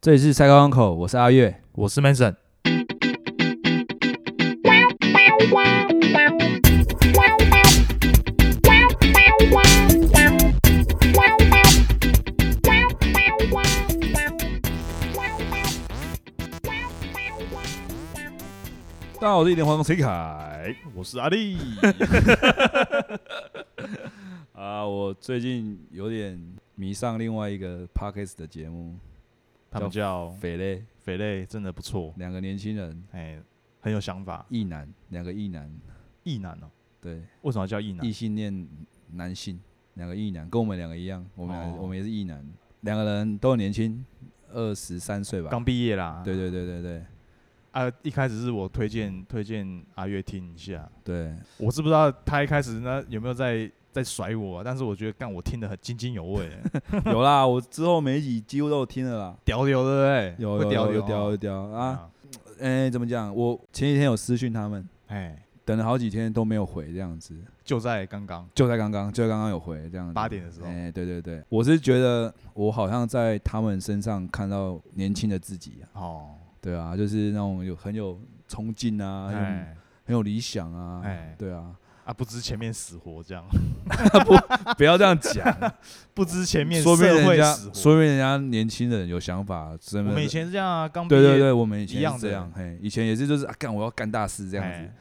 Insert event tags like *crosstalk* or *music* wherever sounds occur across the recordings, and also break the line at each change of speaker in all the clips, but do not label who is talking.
这里是赛高港口，我是阿月。
我是 Mason。
大家好，我是一点黄陈凯，我是阿力。啊，我最近有点迷上另外一个 Parkes 的节目，
他们叫
匪类，
肥类，真的不错，
两个年轻人，
哎，很有想法。
异男，两个异男，
异男哦，
对，
为什么叫异男
异？性恋男性，两个异男，跟我们两个一样，我们两个、
哦
我们也是异男，两个人都很年轻，二十三岁吧。
刚毕业啦。
对对对对对
啊，一开始是我推荐推荐阿月听一下，
对，
我是不知道他一开始呢有没有在在甩我、啊，但是我觉得干我听得很津津有味，
*laughs* 有啦，我之后每一集几乎都有听了啦。
屌屌对不对？
有
会
有
屌
有有
屌
欸屌有
哦
屌啊！，哎、怎么讲？我前几天有私讯他们，
哎，
等了好几天都没有回，这样子。
就在刚刚
就在刚刚，就在刚刚有回这样子。
八点的时候，
哎、对对对，我是觉得我好像在他们身上看到年轻的自己啊，
哦，
对啊，就是那种有很有冲劲啊，很有
哎
很有理想啊，
哎
对啊，
啊，不知前面死活这样， *laughs*
不要这样讲，
不知前 *laughs* 面
说
社
明人
会
家
死，活。
说明人家年轻人有想法，真
我
的。
们以前是这样啊，刚毕
对
业
对对，我们以前
一样
是这
的
样，嘿，以前也是就是啊，干我要干大事这样子
哎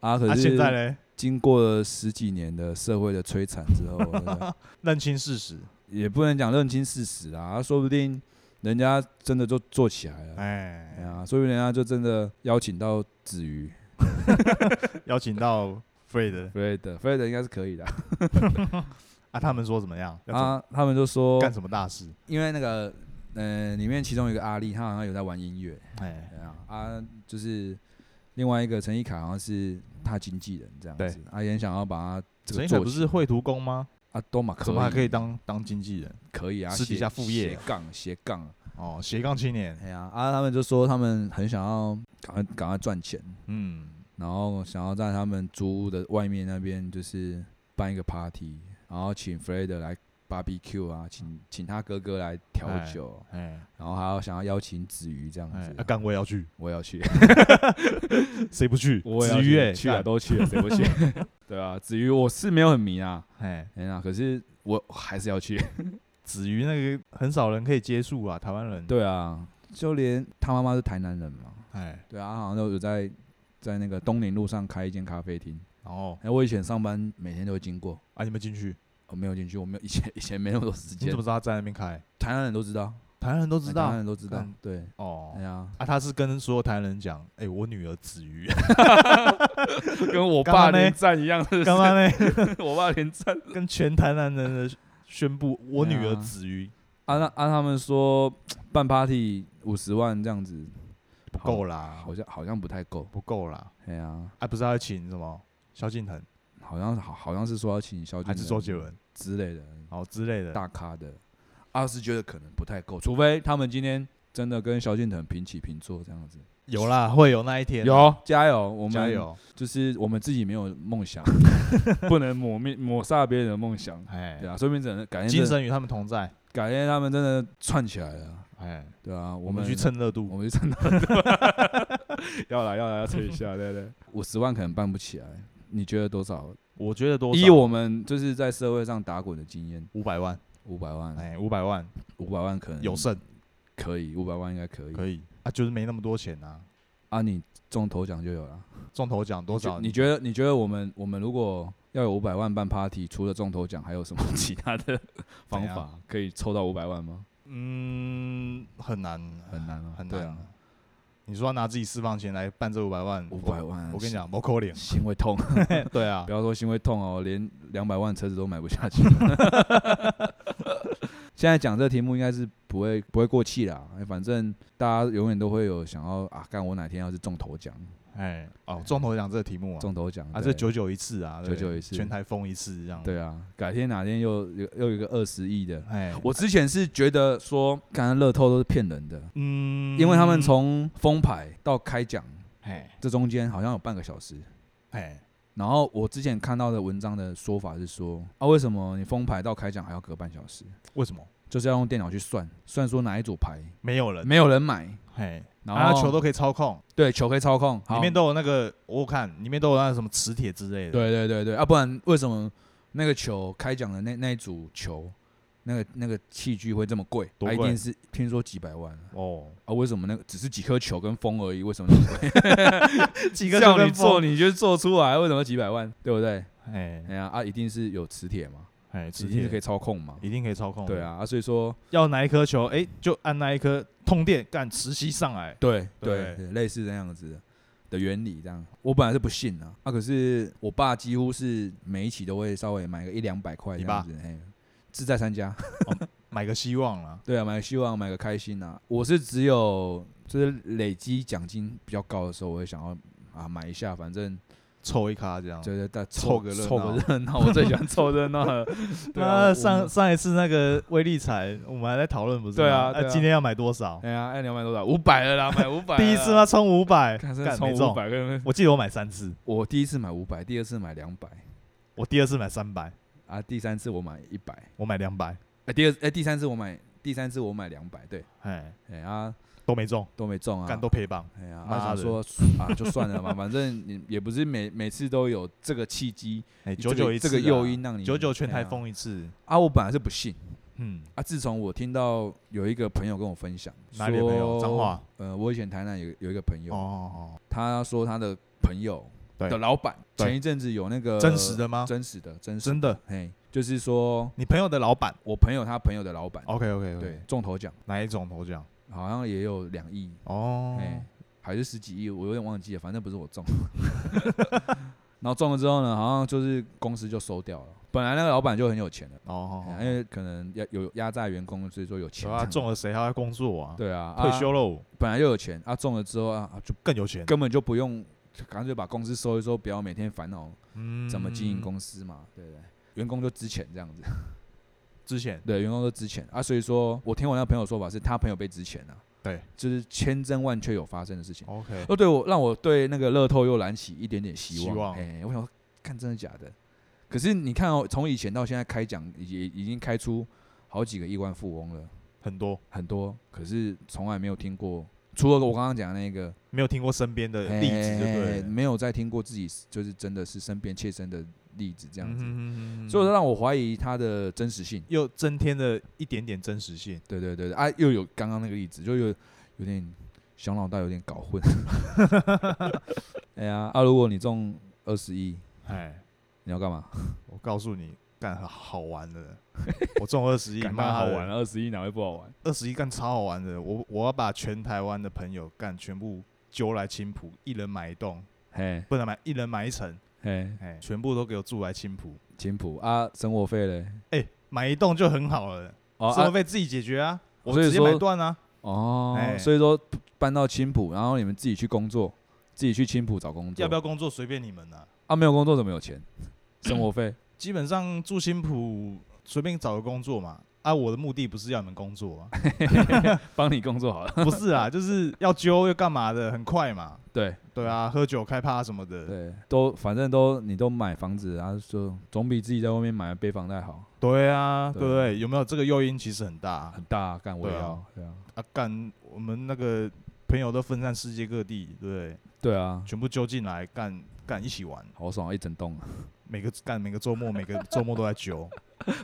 啊，可
啊，
是
现在嘞，
经过了十几年的社会的摧残之后，对不
*laughs*
对
认清事实，
也不能讲认清事实啊，说不定人家真的就做起来了，哎
哎，
呀，说不定人家就真的邀请到子瑜
哎邀请到 Fred
，Fred，Fred 应该是可以的啊
啊，他们说怎么样？要怎么
啊。他们就说，
干什么大事？
因为那个呃，里面其中有一个阿丽，她好像有在玩音乐，
哎，
哎呀啊，就是另外一个陈一凯好像是他经纪人这样子
对，
啊，也很想要把他这
陈
个
一凯
做
不
起
是绘图工吗？
啊，都嘛
怎么还可
可
以
以，
当当经纪人？
可以啊，
私底
斜
下副业
斜杠斜杠。
哦，斜杠青年，
哎呀，啊，他们就说他们很想要赶快赶快赚钱，
嗯，
然后想要在他们租屋的外面那边就是办一个 party，然后请 Fred 来 barbecue 啊，请请他哥哥来调
哎
酒，
哎，
然后还要想要邀请子瑜这样
哎
子，
啊，干我也要去，
我也要 *laughs* 去，
谁不去？
我也
子
要
瑜哎，
去啊，
干
都去了，谁不去？ *laughs* 对啊，子瑜我是没有很迷啊，
哎，
哎呀，可是我还是要去。 *laughs*
子瑜那个很少人可以接触啊，台湾人，，
对啊，就连他妈妈是台南人嘛，
哎，
对啊，他好像都有在在那个东宁路上开一间咖啡厅。
然后
哎、我以前上班每天都会经过，
哦啊，你们进去，
我没有进去，我没有以前以前没那么多时
你
间
怎么。知道他在那边开？
台南人都知道，哎
台湾人都
台
知
南
道
人都知道
干，
对，
哦
哎。
*laughs*
呀，
啊，他是跟所有台湾人讲，哎、我女儿子瑜，
跟我
干嘛
爸
呢
连战一样， *laughs* 是不是
干嘛呢？ *laughs*
我爸连战
跟全台南人的宣布，我
对
女
啊
儿子瑜
啊，那啊，他们说办 party 五十万这样子
不够啦，
好像好像不太够，
不够啦，
哎呀，
哎、不是要请什么萧敬腾
好像好好像是说要请小
还是周杰伦
之类的
哦之类的，
大咖的，啊，是觉得可能不太够，除非他们今天真的跟萧敬腾平起平坐这样子。
有啦，会有那一天，啊
有加油，我们
加，油，
就是我们自己没有梦 *laughs* 想，不能抹灭抹杀别人的梦想，
哎
对，啊，说明只能改天
精
真的
神与他们同在，
改天他们真的串起来了，
哎，
对啊，
我
我
们
们
去，蹭热
我
度，
们去蹭， *laughs* 要来要来要蹭一 *laughs* 下，对对，五十万可能办不起来，你觉得多少？
我觉得多
以我们就是在社会上打滚的经验，
五百万，
五百万，
哎，五百万
五百万可能
有剩
可以，五百万应该可以，
可以啊，就是没那么多钱啊，
啊，你中头奖就有了。
中头奖多少？
你觉得你觉得我们我们如果要有五百万办 party，除了中头奖，还有什么 *laughs* 其他的方
*laughs* 怎
法
样
可以抽到五百万吗？
嗯，很难，
很难啊，
很
对
难
啊，
你说要拿自己私房钱来办这五百万，
五
我
百万，。
我跟你，讲，不可能
心会
*laughs*
痛。
对啊
不，要说心会痛哦，连两百万车子都买不下去。 *laughs* 现在讲这个题目应该是不会不会过气啦，反正大家永远都会有想要啊，干我哪天要是中头奖，
哎，哦，中头奖这个题目啊，
中头奖
啊，这
对
九九一次啊，对不对
九九一次
全台封一次这样。，
对啊，改天哪天又又又有一个二十亿的，
哎，
我之前是觉得说，刚刚乐透都是骗人的，
嗯，
因为他们从封牌到开奖
哎
这中间好像有半个小时。
哎，
然后我之前看到的文章的说法是说，啊，为什么你封牌到开奖还要隔半小时？
为什么？
就是要用电脑去算，算说哪一组牌
没有人，
没有人买，
嘿，
然后、
然啊后球都可以操控，
对球可以操控，好
里面都有那个我看里面都有那什么磁铁之类的，，
对对对对，啊，不然为什么那个球开奖的那那一组球，那个那个器具会这么贵？啊
多
它一
贵
定是听说几百万啊
哦，
啊？为什么那个只是几颗球跟风而已？为什么那么贵？
几
叫你做，你就做出来，为什么几百万？对不对？
哎
哎呀啊，一定是有磁铁嘛，
哎，磁
一定是可
铁
以操控嘛。
一定可以操控，
对，啊，啊，所以说
要哪一颗球，哎，就按那一颗通电干磁吸上来，
对
对
对对，类似这样子的原理，这样。我本来是不信啊，啊，可是我爸几乎是每一期都会稍微买个一两百块
你
这
爸
样子，哎，志在参加。 *laughs*
买个希望啦，
对啊，买个希望，买个开心啊！我是只有就是累积奖金比较高的时候，我会想要啊买一下，反正
凑一咖这样，
就是大
哦凑个热
凑
闹
个热闹，我最喜欢凑热闹了。 *laughs* 对啊，
*laughs* 那
我
上上一次那个威力彩，我们还在讨论不是吗？
对啊
那
对啊
今天要买多少？
哎呀，哎你要买多少？五百了啦，买五百。啊
哦 *laughs* 第一次吗？？充五百，
看是
干没
充
中
五。百个，
我记得我买三次，
我第一次买五百，第二次买两百
我第二次买三百，
啊，第三次我买一百，
我买两百，
哎，第二哎第三次我买第三次我买两百，对，
哎，
哎啊
都没中，
都没中啊，
干都赔榜。
哎呀，
妈
啊、想
的
说啊，就算
*laughs*
了嘛，反正你也不是每每次都有这个契机，
哎，
这
九
个
九一次
这
啊
个诱因，让你
九九全
哎
台
呀
封一次，
啊！我本来是不信
嗯，
啊，自从我听到有一个朋友跟我分享，
哪里的朋友？
说
脏话。
呃，我以前台南有有一个朋友，
哦，
他说他的朋友
对
的老板
对
前一阵子有那个
真实的吗
呃真实的，真实的，
真的，
嘿，就是说
你朋友的老板
我朋友他朋友的老板，
？OK OK，
对，，中头奖
哪一种头奖？
好像也有两亿
哦，
哎，还是十几亿，我有点忘记了，反正不是我中。 *laughs* 然后中了之后呢，好像就是公司就收掉了。本来那个老板就很有钱了，
哦，
因为可能压有压榨员工，所以说有钱
对。啊，中了谁还要工作啊？
对啊，
退休
啊
喽，
本来就有钱啊，中了之后啊，啊就
更有钱，
根本就不用，干脆把公司收一收，不要每天烦恼
嗯
怎么经营公司嘛，对不对？员工就值钱这样子， *laughs*
之前
对，员工都值钱啊，所以说我听我那朋友说法是，他朋友被值钱了、啊，
对，
就是千真万确有发生的事情。
OK，
哦，对我让我对那个乐透又燃起一点点希
希望
望。哎、我想说，看真的假的？可是你看哦，从以前到现在开奖也已经开出好几个亿万富翁了，
很多
很多，可是从来没有听过，除了我刚刚讲的那个
没有听过身边的呃例子，对不
哎
对？
没有再听过自己就是真的是身边切身的例子这
这
样子，
子
所以说让我怀疑它的真实性。
又增添了一点点真实性。
对对对对啊，又有刚刚那个例子，就有有点小脑袋有点搞
*laughs*
混。哎呀，啊，如果你中二十亿，
哎，
你要干嘛？
我告诉你，干好好玩的， *laughs* 我中二十亿，
干
妈
嘛好
的
玩，，二啊十一哪会不好玩？
二十亿干超好玩的，我我要把全台湾的朋友干全部揪来青浦，一人买一栋，
嘿，
不能买一人买一层，
嘿，
哎，全部都给我住来青浦，
青浦啊，生活费嘞？
哎，买一栋就很好了，
哦
生
啊
活费自己解决啊，我
所以
直接买
说
断啊，
哦
哎，
所以说搬到青浦，然后你们自己去工作，自己去青浦找工作，
要不要工作随便你们啊，
啊？没有工作怎么有钱？生活 *laughs* 费
基本上住青浦随便找个工作嘛，啊，我的目的不是要你们工作啊，
帮你工作好了。
*laughs* 不是啊，就是要揪要干嘛的，很快嘛。
对
对啊，喝酒开趴什么的。
嗯对，都反正都你都买房子，然后说总比自己在外面买背房贷好，
对啊，对
对
不对？有没有这个诱因其实很大啊
很大啊干我也
对啊
要，对啊，
啊干，我们那个朋友都分散世界各地，对不对？
对啊，
全部揪进来干干一起玩，
好爽啊，一整栋啊
每个干每个周末每个周末都在
*laughs*
揪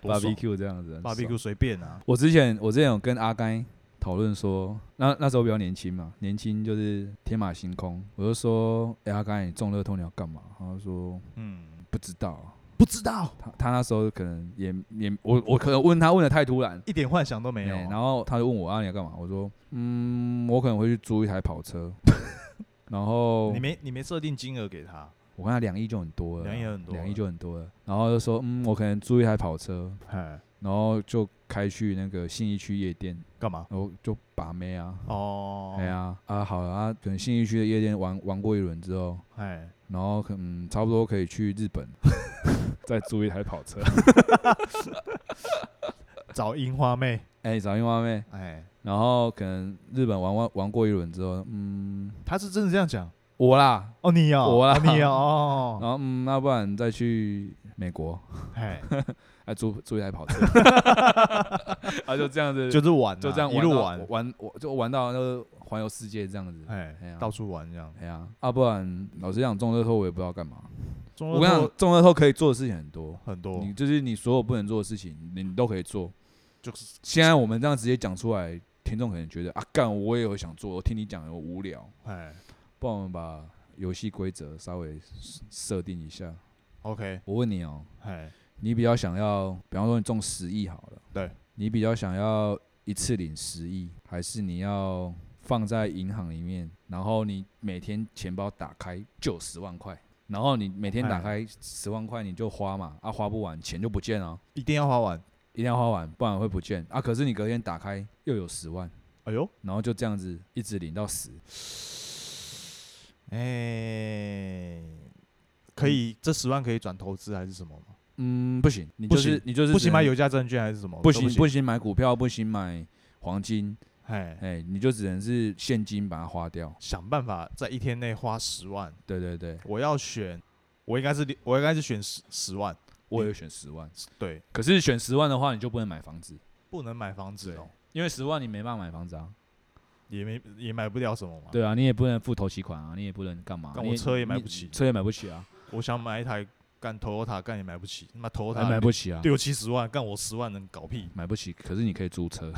多爽
BBQ 这样子很爽
BBQ 随便啊，
我之前我之前有跟阿该讨论说，那那时候比较年轻嘛，年轻就是天马行空。我就说，哎、阿该你中乐透你要干嘛？他说
嗯，
不知道。啊
不知道，
他他那时候可能也也我我可能问他问的太突然，
一点幻想都没有。
哎然后他就问我啊你要干嘛？我说嗯，我可能会去租一台跑车。
*laughs*
然后
你没你没设定金额给他，
我看他两亿就很多了啦，
两亿很多了啊
两亿就很多了。然后就说嗯，我可能租一台跑车，
哎，
然后就开去那个信义区夜店，
干嘛？
然后就把妹啊。
哦，
哎，呀，啊好了啊，可能信义区的夜店玩玩过一轮之后，
哎，
然后可嗯差不多可以去日本， *laughs* 再租一台跑
*laughs*
车，
找樱花妹，
哎找樱花妹，
哎，
然后可能日本玩玩玩过一轮之后，嗯
他是真的这样讲
我啦，
哦，你哦，
我啦
哦你哦
然
哦，
后嗯那不然再去美国，
哎，
哎，租租一台跑车，
*laughs*
*laughs* 啊，就这样子，
就是玩啊、
就这样
一
玩
路
到
玩，
玩，我就玩到那个环游世界这样子。
哎、
哎呀
到处玩这样。
哎呀，啊，不然老实讲，中乐透我也不知道干嘛。
中
我
乐
跟你
透
讲，中乐透可以做的事情很多，
很多
你，就是你所有不能做的事情，你你都可以做。
就是
现在我们这样直接讲出来，听众可能觉得啊，干我也有想做，我听你讲我无聊。
哎
不然我们把游戏规则稍微设定一下。
，OK，
我问你哦，
哎，
你比较想要，比方说你中十亿好了，
对，
你比较想要一次领十亿，还是你要放在银行里面，然后你每天钱包打开就十万块，然后你每天打
哎
开十万块你就花嘛，啊花不完钱就不见了，哦
一定要花完。
一定要花完，不然会不见啊。可是你隔天打开又有十万，
哎呦，
然后就这样子一直领到死，
哎、可以，这十万可以转投资还是什么吗？
嗯，不行，你
不
就是
行
你就是
不
只
行买
能
有价证券还是什么？
不
都
行
不
不，行买股票，不行买黄金，
哎，
哎、你就只能是现金把它花掉。
想办法在一天内花十万。
对对对，
我要选，我应该是我应该是选十十万，
我也选十万，
对，
可是选十万的话，你就不能买房子，
不能买房子哦，
因为十万你没办法买房子啊。
也没也买不了什么嘛。，
对啊，你也不能付头期款啊，你也不能干嘛？
但
你
我车也
你
买不起，
车也买不起啊，
我想买一台干 Toyota 干也买不起，他
还
妈 Toyota
买不起啊，？
六七十万，干我十万能搞屁
买不起。可是你可以租车，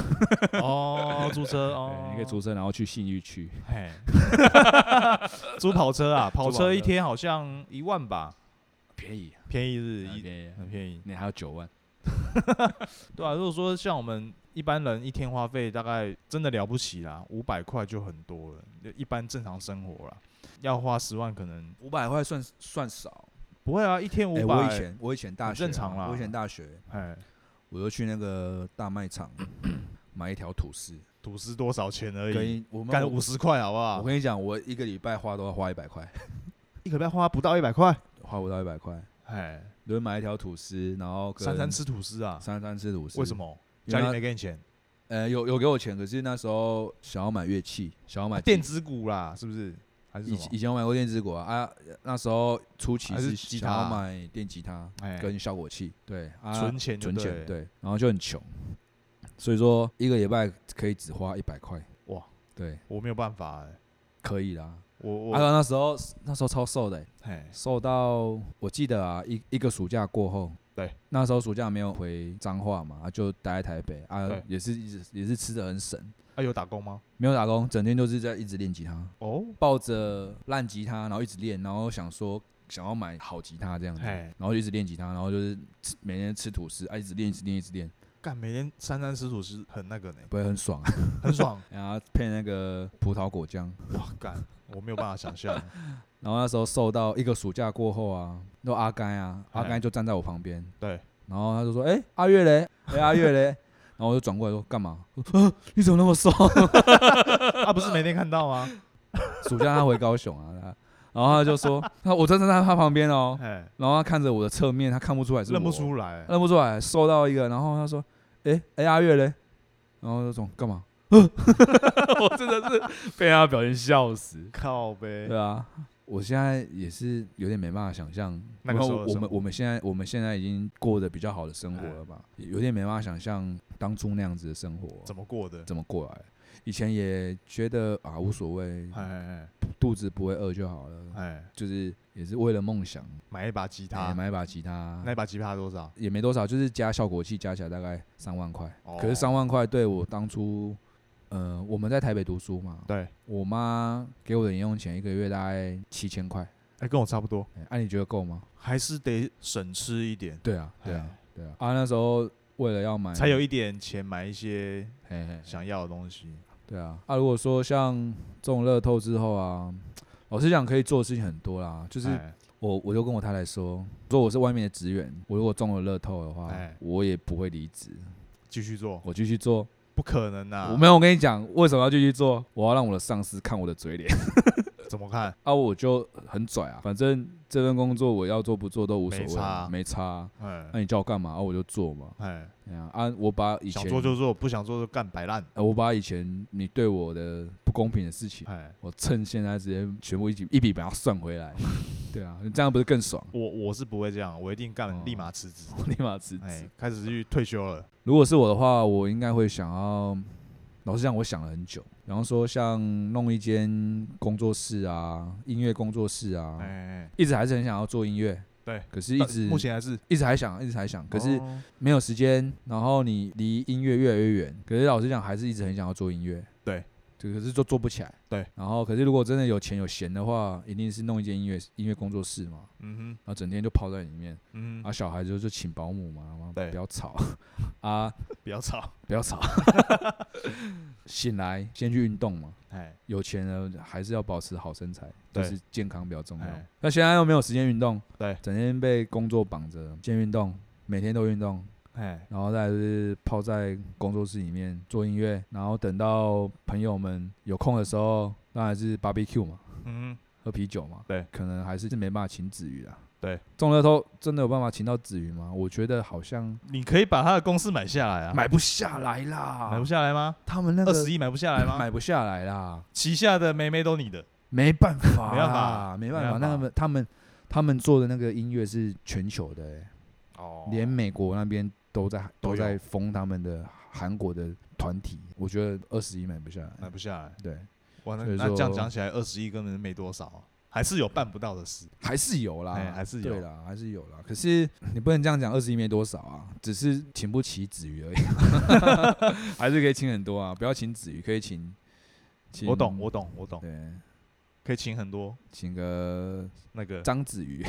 *laughs*
哦，租车
哎
哦，
你可以租，车，然后去信义区。
嘿，
*laughs*
*laughs* 租跑车啊，
租跑
跑
车
车一天好像一万吧，
便宜，
便宜日
很
一
哎便宜啊，
很便宜，
你还有九万，
对啊，如果说像我们一般人一天花费大概真的了不起啦，五百块就很多了，就一般正常生活啦，要花十万可能
五百块算算少。
不会啊，一天
哎，我
五百、
以前我以前大
很
学啊
正常啦
我以前大学
哎，
我就去那个大卖场买一条吐司，
吐司多少钱而已，
跟我们
干
我
五十啊块好不好
我？跟你讲，我一个礼拜花都要花一百块，
一个礼拜花不到一百块，
花不到一百块，
哎，
就是买一条吐司，然后跟
三餐吃吐司啊？
三餐吃吐司。
为什？么？
因
家
为
里
他
没给你钱？
呃，有有给我钱，可是那时候想要买乐器，想要买
啊电
子，
子鼓啦，是不是？还是
以
什
以
么？
前我买过电子鼓啊，啊，那时候初期
还是吉
想
他
要
啊
买电吉他
哎，
跟效果器，对啊，
存钱就
存钱，
对，
对，然后就很穷，所以说一个礼拜可以只花一百块，
哇，
对，
我没有办法哎，
可以啦。
我
啊，
我
那时候那时候超瘦的欸、
哎，
瘦到我记得啊，一一个暑假过后，
对，
那时候暑假没有回彰化嘛，啊就待在台北啊
对，
也是一直也是吃的很省，
啊有打工吗？
没有打工，整天就是在一直练吉他，
哦，
抱着烂吉他，然后一直练，然后想说想要买好吉他这样子，然
哎，
后就一直练吉他，然后就是吃每天吃吐司，啊一直练一直练一直练，
干每天三餐吃吐司很那个呢， *laughs*
不会很爽， *laughs*
很爽。
然后配那个葡萄果酱，
哇，干，我没有办法想
*laughs*
象。
然后那时候瘦到一个暑假过后啊，那阿甘啊，
哎
阿甘就站在我旁边，
对，
然后他就说：“哎、阿月嘞，哎、阿月嘞。” *laughs* 然后我就转过来说：“干嘛？我说啊你怎么那么瘦 *laughs*
啊，不是每天看到吗？？”
暑假他回高雄啊，他然后他就说：“ *laughs* 他我站在他旁边哦。
哎”，
然后他看着我的侧面，他看不出来是我
认不，出来。
认不出来，瘦到一个。然后他说：“哎、哎、阿月嘞。”然后就说：“干嘛？” *laughs* 我真的是被他表情笑死。
靠呗
对，啊，我现在也是有点没办法想象，
那个
然
时
后
候的
我
生
们我们现在我们现在已经过得比较好的生活了吧，有点没办法想象当初那样子的生活
哎怎么过的？
怎么过来。以前也觉得啊无所谓，
哎哎
肚子不会饿就好
哎
了，
哎，
就是也是为了梦想，
买一把吉
哎
他，
买一把吉他
那，一把吉他多少？
也没多少，就是加效果器加起来大概三万块。
哦
可是三万块对我当初，呃，我们在台北读书嘛，
对，
我妈给我的零用钱一个月大概七千块，
哎，跟我差不多，
哎，啊、你觉得够吗？
还是得省吃一点，
对啊，对啊
哎，
对啊。啊，那时候为了要买，
才有一点钱买一些
嘿嘿，
想要的东西。
对啊。啊，如果说像中乐透之后啊，老实讲可以做的事情很多啦。就是
哎
我我就跟我太太说，说我是外面的职员，我如果中了乐透的话
哎，
我也不会离职，
继续做，
我继续做。
不可能啊呐！
我没有，我跟你讲，为什么要继续做？我要让我的上司看我的嘴脸。 *laughs*
怎么看，
啊，我就很拽啊，反正这份工作我要做不做都无所
没差
谓，没差。啊
哎
那你叫我干嘛啊？我就做嘛。
哎，
哎呀啊，我把以前
想做就做，不想做就干摆烂。
呃我把以前你对我的不公平的事情，
哎，
我趁现在直接全部一起一笔把它算回
*laughs*
来。对啊，这样不是更爽？
我我是不会这样，我一定
哦
干，立马辞职。
我立马辞职。
哎，开始去退休了。
如果是我的话，我应该会想要，老实讲，我想了很久。然后说，像弄一间工作室啊，音乐工作室啊，
哎，
一直还是很想要做音乐。
对，
可是一
但
直
目前还是，
一直还想，一直还想，可是
哦
没有时间。然后你离音乐越来越远，可是老实讲，还是一直很想要做音乐。
对，
这可是做做不起来。
对，
然后可是如果真的有钱有闲的话，一定是弄一间音乐音乐工作室嘛，
嗯
然后整天就泡在里面。
哼，嗯
啊，
哼，
小孩就就请保姆嘛，妈
对
不要吵 *laughs* 啊，
不要吵。
不要吵。 *laughs* 醒来先去运动嘛，
哎，
有钱人还是要保持好身材，就
对
是健康比较重要
哎。
那现在又没有时间运动，
对
整天被工作绑着，先运动，每天都运动，
哎，
然后再来就是泡在工作室里面做音乐，然后等到朋友们有空的时候，当然是 barbecue 嘛，
嗯
喝啤酒嘛，
对
可能还是没办法请子瑜啦。
对，
中乐透真的有办法请到子瑜吗？我觉得好像
哼，你可以把他的公司买下来啊，
买不下来啦，
买不下来吗？
他们那个
二十亿买不下来吗？
买不下来啦，
旗下的妹妹都你的，
没办法
没办法
啦，没办法，
没办法
那个他们他们做的那个音乐是全球的、欸，
哦
连美国那边都在都
都有
在封他们的韩国的团体，我觉得二十亿买不下
买
来，
不下来。
对，
哇，那
所以
那这样
说
讲起来，二十亿根本没多少啊、还是有办不到的事。
还是有啦，
哎还是有
对啦，还是有啦。可是你不能这样讲，二十亿没多少啊，只是请不起子瑜而已，啊
*laughs*
还是可以请很多啊，不要请子瑜，可以请，请
我懂，我懂，我懂，
对，
可以请很多
请个
那个
张子瑜，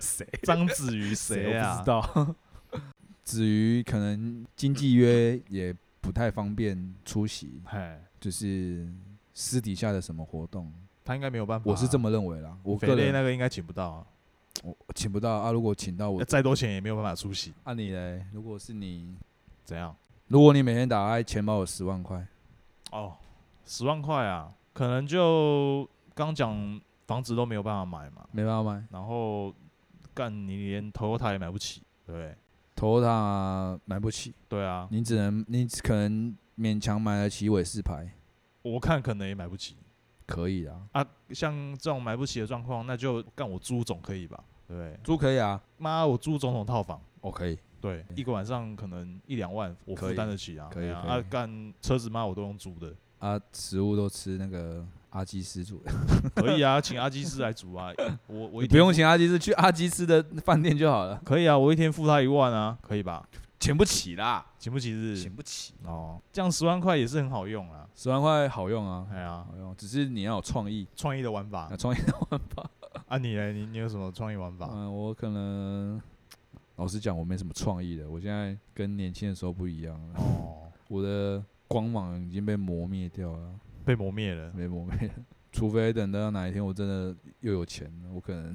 谁？
张
*laughs*
子瑜谁
我
啊
不知？
*laughs*
道。子瑜可能经纪约也不太方便出席，
哎，
就是私底下的什么活动，
他应该没有办法、
我是这
么，
么认为啦。我
啊肥
个
类
人
那个应该请不到啊，
我请不到啊，如果请到我，
再多钱也没有办法出席。
按、你嘞，如果是你，
怎样？
如果你每天打开钱包有十万块，
哦，十万块啊，可能就刚讲房子都没有办法买嘛，
没办法买，
然后干你连 Toyota 也买不起，对不对？
头塔买不起，
对啊，
你只能你只可能勉强买得起尾四牌，
我看可能也买不起。
可以啦，
啊，像这种买不起的状况，那就干我租总可以吧？对不对，
租可以啊，
妈，我租总统套房，
哦可以，
对，一个晚上可能一两万，我
可
负
以
担得起啊。
可以
哎呀
可以
啊，干车子妈我都用租的， *laughs*
啊食物都吃那个阿基师 *laughs* 煮的。
可以啊，请阿基斯来煮啊，我我一
你
天
不用
付，
请阿基斯，去阿基斯的饭店就好了。
可以啊，我一天付他一万啊，可以吧？
请不起啦，
请不起是
不起。
哦，这样十万块也是很好用啊。
十万块好用啊，
哎呀，
好用，只是你要有创意。
创意的玩法
那创意的玩法，
啊，你嘞，你你有什么创意玩法？
*laughs* 嗯，我可能老实讲，我没什么创意的。我现在跟年轻的时候不一样了，
哦，
我的光芒已经被磨灭掉了，
被磨灭了，
没磨灭了。 *laughs* 除非等到哪一天我真的又有钱了，我可 *laughs* 能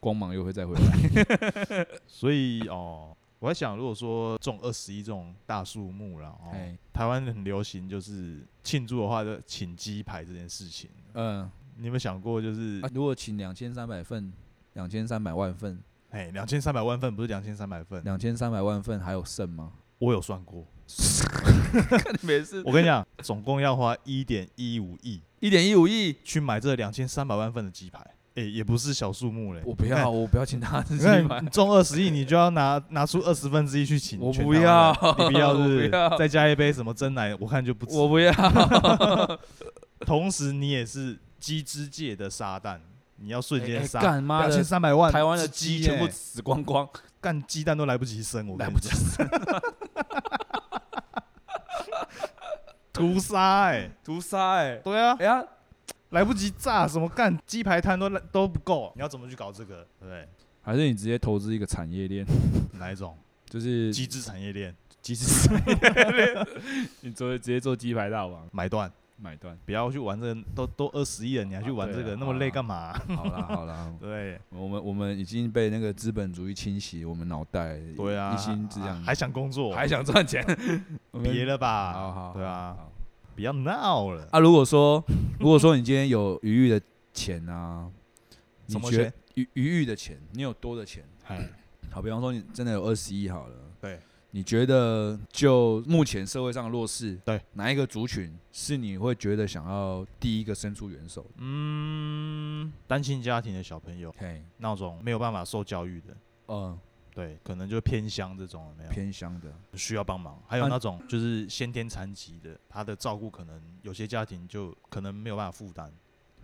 光芒又会再回来。
所以哦，我在想，如果说中二十一这种大数目啦，哦。
哎，
台湾很流行，就是庆祝的话，就请鸡排这件事情。
嗯，
你有没有想过，就是
啊如果请两千三百份、两千三百万份、
哎，两千三百万份不是两千三百份，
两千三百万份还有剩吗？
我有算过。
*laughs* 看你每次
我跟
*laughs*
你讲，总共要花一点一五亿
一点一五亿，
去买这两千三百万份的鸡排，哎，也不是小数目嘞。
我不要，我不要请他自
你
己
看，你
买
看，你中二十亿，你就要拿拿出二十分之一去请
我
全
不
台湾人。
要
你不要是不
我
是
不要
再加一杯什么真奶，我看就不值。
我不 *laughs* 要，
*laughs* 同时，你也是鸡汁界的撒旦，你要瞬间
哎
杀
干妈
两千
的，
三百万
台湾的
只
鸡哎全部
欸
死光光，
干鸡蛋都来不及生，我
来
跟你
不及
讲屠杀哎、
屠杀哎，
对啊，
哎呀，
来不及炸什么干鸡排摊都来都不够，你要怎么去搞这个？对不对，
还是你直接投资一个产业链，
哪一种
就是
鸡汁产业链
鸡翅产业链，你做直接做鸡排大王
买断？
买断，
不要去玩这个，都都二十亿了，你还去玩
啊
这
对啊
个，那么累干嘛、，
*laughs* 好啦好啦
*laughs* 对
我们我们已经被那个资本主义侵袭我们脑袋，
对啊，
一心只想
还想工作，
还想赚
*laughs*
钱，我们
别了吧，
好好
对
好
啊，
好
不要闹了，
啊，如果说如果说你今天有余裕的钱啊，你
什么
觉
钱
得？余余裕的钱，你有多的钱，
哎，
好，比方说你真的有二十亿好了，
对，
你觉得就目前社会上的弱势，
对
哪一个族群是你会觉得想要第一个伸出援手的？
嗯，单亲家庭的小朋友，
嘿，
那种没有办法受教育的，
嗯，
对，可能就偏乡这种有没有
偏乡的，
需要帮忙，还有
啊
那种就是先天残疾的，他的照顾可能有些家庭就可能没有办法负担，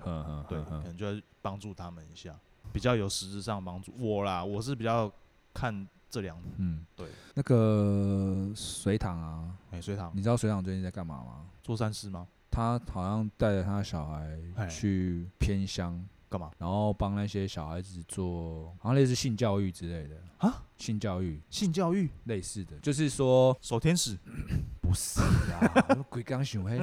嗯嗯，
对，
嗯
可
嗯
能就要帮助他们一下，比较有实质上帮助。我啦，我是比较看这两，
嗯，
对，
那个水塘啊，
哎、隋唐
你知道水塘最近在干嘛吗？
做善事吗？
他好像带着他的小孩
哎
去偏乡，
干嘛
然后帮那些小孩子做，好像类似性教育之类的
啊？
性教育
性教育，
类似的，就是说
守天使，
嗯不是
啊
啦， *laughs* 我鬼刚想黑，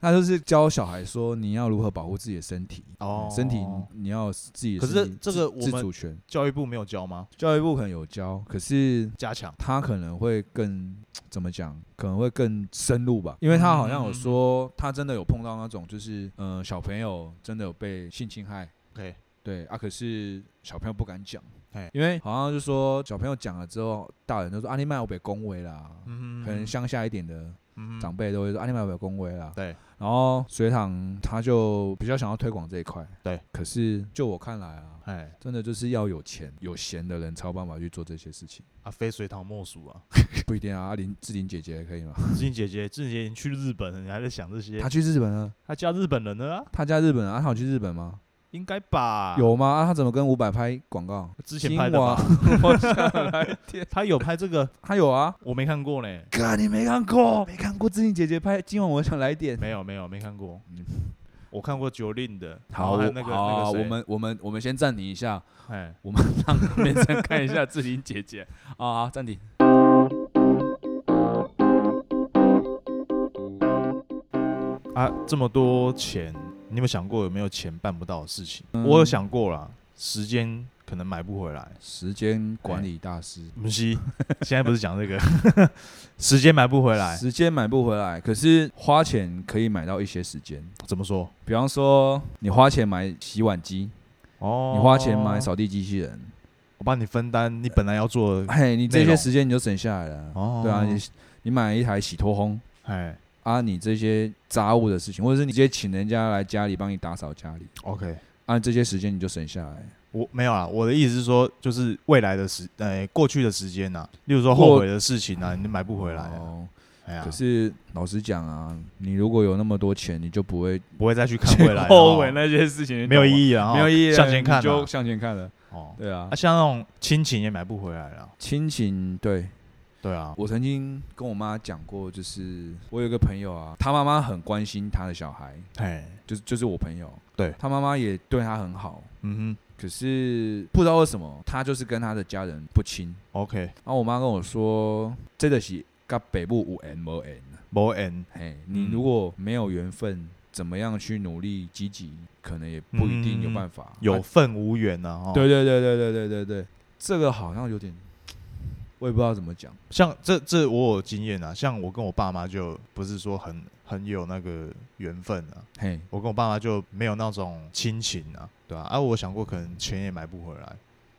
他就是教小孩说你要如何保护自己的身体，
哦
身体你要有自己的
可是
身体
这
自
个我
自
们
主权，
教育部没有教吗？
教育部可能有教，可是
加强，
他可能会更怎么讲，可能会更深入吧，因为他好像有
嗯
说他真的有碰到那种就是嗯、呃小朋友真的有被性侵害，
OK，
对啊，可是小朋友不敢讲
嘿，
因为好像就说小朋友讲了之后，大人就说啊你卖我被恭维啦，
嗯
可能乡下一点的。
嗯
长辈都会说啊，你们有没有恭维啦？
对。
然后水塘他就比较想要推广这一块，
对。
可是就我看来啊，
哎，
真的就是要有钱有闲的人才有办法去做这些事情，
啊，非隋唐莫属啊！ *laughs*
不一定啊。啊林志玲姐姐可以吗？
志玲姐姐，志玲姐姐，你去日本了，你还在想这些
她？去日本了，
她嫁日本人了啊？
她家日本啊，她有去日本吗？
应该吧？
有啊吗？啊，她怎么跟伍佰拍广告？
之前拍的
哇
吧？
我想来天，
她有拍这个，
她有啊。
我没看
*laughs*
过呢。
哥，你没看过？没看过志玲姐姐拍？今晚我想来点。
没有没有没看过
嗯，
我看过九令的，然
好，
后还有
我
那个
好
那
啊
个谁
我们啊我们我们先暂停一下，
哎，
我们让面生看一下志玲姐姐 *laughs* 啊，好暂停。
啊，这么多钱，你有没有想过有没有钱办不到的事情？
嗯
我有想过啦，时间可能买不回来。
时间管理大师，*laughs*
不是，现在不是讲这个， *laughs* 时间买不回来，
时间买不回来，可是花钱可以买到一些时间。
怎么说？
比方说，你花钱买洗碗机，
哦，
你花钱买，扫地机器人，
我帮你分担你本来要做的。
嘿，你这
内
些
容
时间你就省下来了。
哦
对啊，你你买一台洗脱烘
哎
啊，你这些杂物的事情，或者是你直接请人家来家里帮你打扫家里
，OK，
啊，这些时间你就省下来。
我没有啊，我的意思是说，就是未来的时，呃，过去的时间呐、例如说
过嗯
后悔的事情啊，你买不回来、啊。
哦，
哎呀，
可是老实讲啊，你如果有那么多钱，你就不会
*laughs* 不会再去看未来了哦，
*laughs* 后悔那些事情，
没有
义，
意义了哦，
没有意义了，
向前看
你就
啊
向前看了。
哦。
对啊
啊，，像那种亲情也买不回来了，
亲情，对
对啊，
我曾经跟我妈讲过，就是我有一个朋友啊，他妈妈很关心他的小孩，
哎，
就是就是我朋友，
对
他妈妈也对他很好，
嗯
可是不知道为什么，他就是跟他的家人不亲。
哼，OK，
然后我妈跟我说，这个是跟北部有缘无缘啊，
无缘，
嘿，你
嗯
如果没有缘分，怎么样去努力积极，可能也不一定有办法。
嗯有
啊
份无缘呐、啊，哦，
对对对对对对对对，这个好像有点，我也不知道怎么讲。
像这这我有经验啊，像我跟我爸妈就不是说很很有那个缘分啊，
嘿，
我跟我爸妈就没有那种亲情啊，对啊，啊，我想过可能钱也买不回来，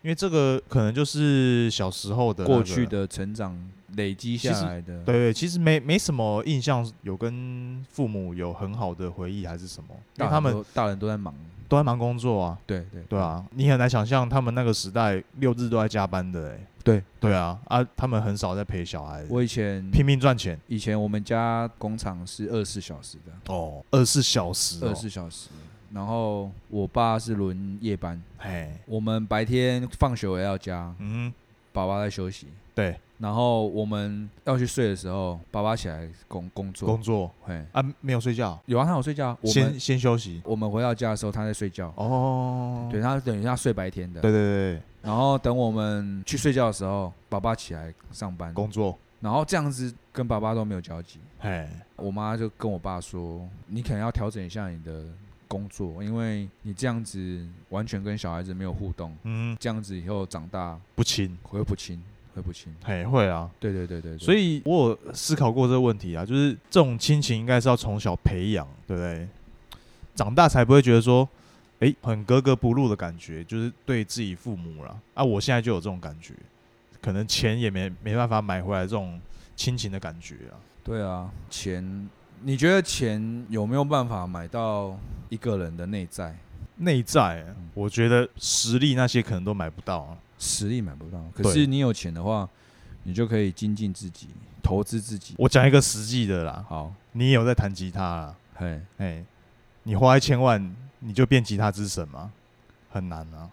因为这个可能就是小时候的那个
过去，的成长累积下来的，
啊对对，其实没没什么印象，有跟父母有很好的回忆还是什么，因
大人
为他们
都大人都在忙，
都在忙工作啊，
对对
对，啊，你很难想象他们那个时代六日都在加班的、欸，
对
对啊，啊，他们很少在陪小孩，
我以前
拼命赚钱
以前我们家工厂是二十四小时的，
哦，二十四小时、哦，
二十四小时。然后我爸是轮夜班，
哎，
我们白天放学回到家，
嗯
爸爸在休息。
哼，对，
然后我们要去睡的时候，爸爸起来工工作。
工作
嘿，
啊，没有睡觉，
有啊，他有睡觉。我
先
们
先休息，
我们回到家的时候，他在睡觉。
哦，
对，他等于他睡白天的。
对对对
然后等我们去睡觉的时候，爸爸起来上班
对，。工作，
然后这样子跟爸爸都没有交集。
哎，
我妈就跟我爸说：“你可能要调整一下你的工作，因为你这样子完全跟小孩子没有互动，
嗯，
这样子以后长大
不亲，
会不亲，会不亲。
哎，会啊。”
对对对对，
所
以
以我有思考过这个问题啊，就是这种亲情应该是要从小培养，对不对？长大才不会觉得说诶、很格格不入的感觉，就是对自己父母啦。啊，我现在就有这种感觉，可能钱也没没办法买回来这种亲情的感觉啊。
对啊，钱，你觉得钱有没有办法买到一个人的内在
内在、啊我觉得实力那些可能都买不到、啊。
实力买不到？可
对
是你有钱的话，你就可以精进自己，投资自己。
我讲一个实际的啦，
好，
你也有在弹吉他啦，
嘿，
哎、你花一千万你就变吉他之神吗？很难啊。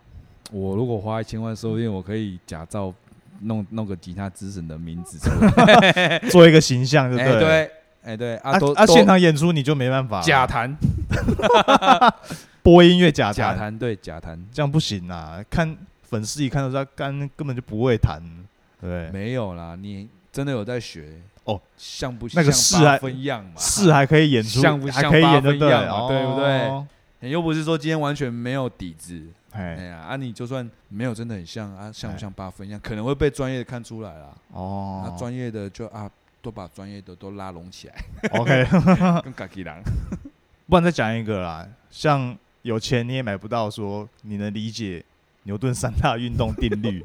我如果花一千万，说不定我可以假造弄弄个吉他之神的名字出 *laughs* 来。
做一个形象，对不
哎、
对？
对，哎、对，
啊
啊都啊
啊！
都
现场演出你就没办法了
假弹，
播音乐假
啊假
弹，
弹，对，假弹。
这样不行啊！看粉丝一看到他干根本就不会弹，对不对，
没有啦，你真的有在学
哦？
像不
那个
像
是啊
八分样嘛？
是还可以演出，
像不
还
像
可以
八
演，对
分
不对？
样嘛对不对
哦？
你 *laughs* 又不是说今天完全没有底子，哎
哎，
呀，啊，你就算没有真的很像啊，像
哎
不像八分一样，可能会被专业的看出来啦。那
哦
专业的就啊，都把专业的都拉拢起 *laughs* 来，
，OK，
跟嘎吉狼。
不然再讲一个啦，像有钱你也买不到，说你能理解牛顿三大运动定
*laughs*
律，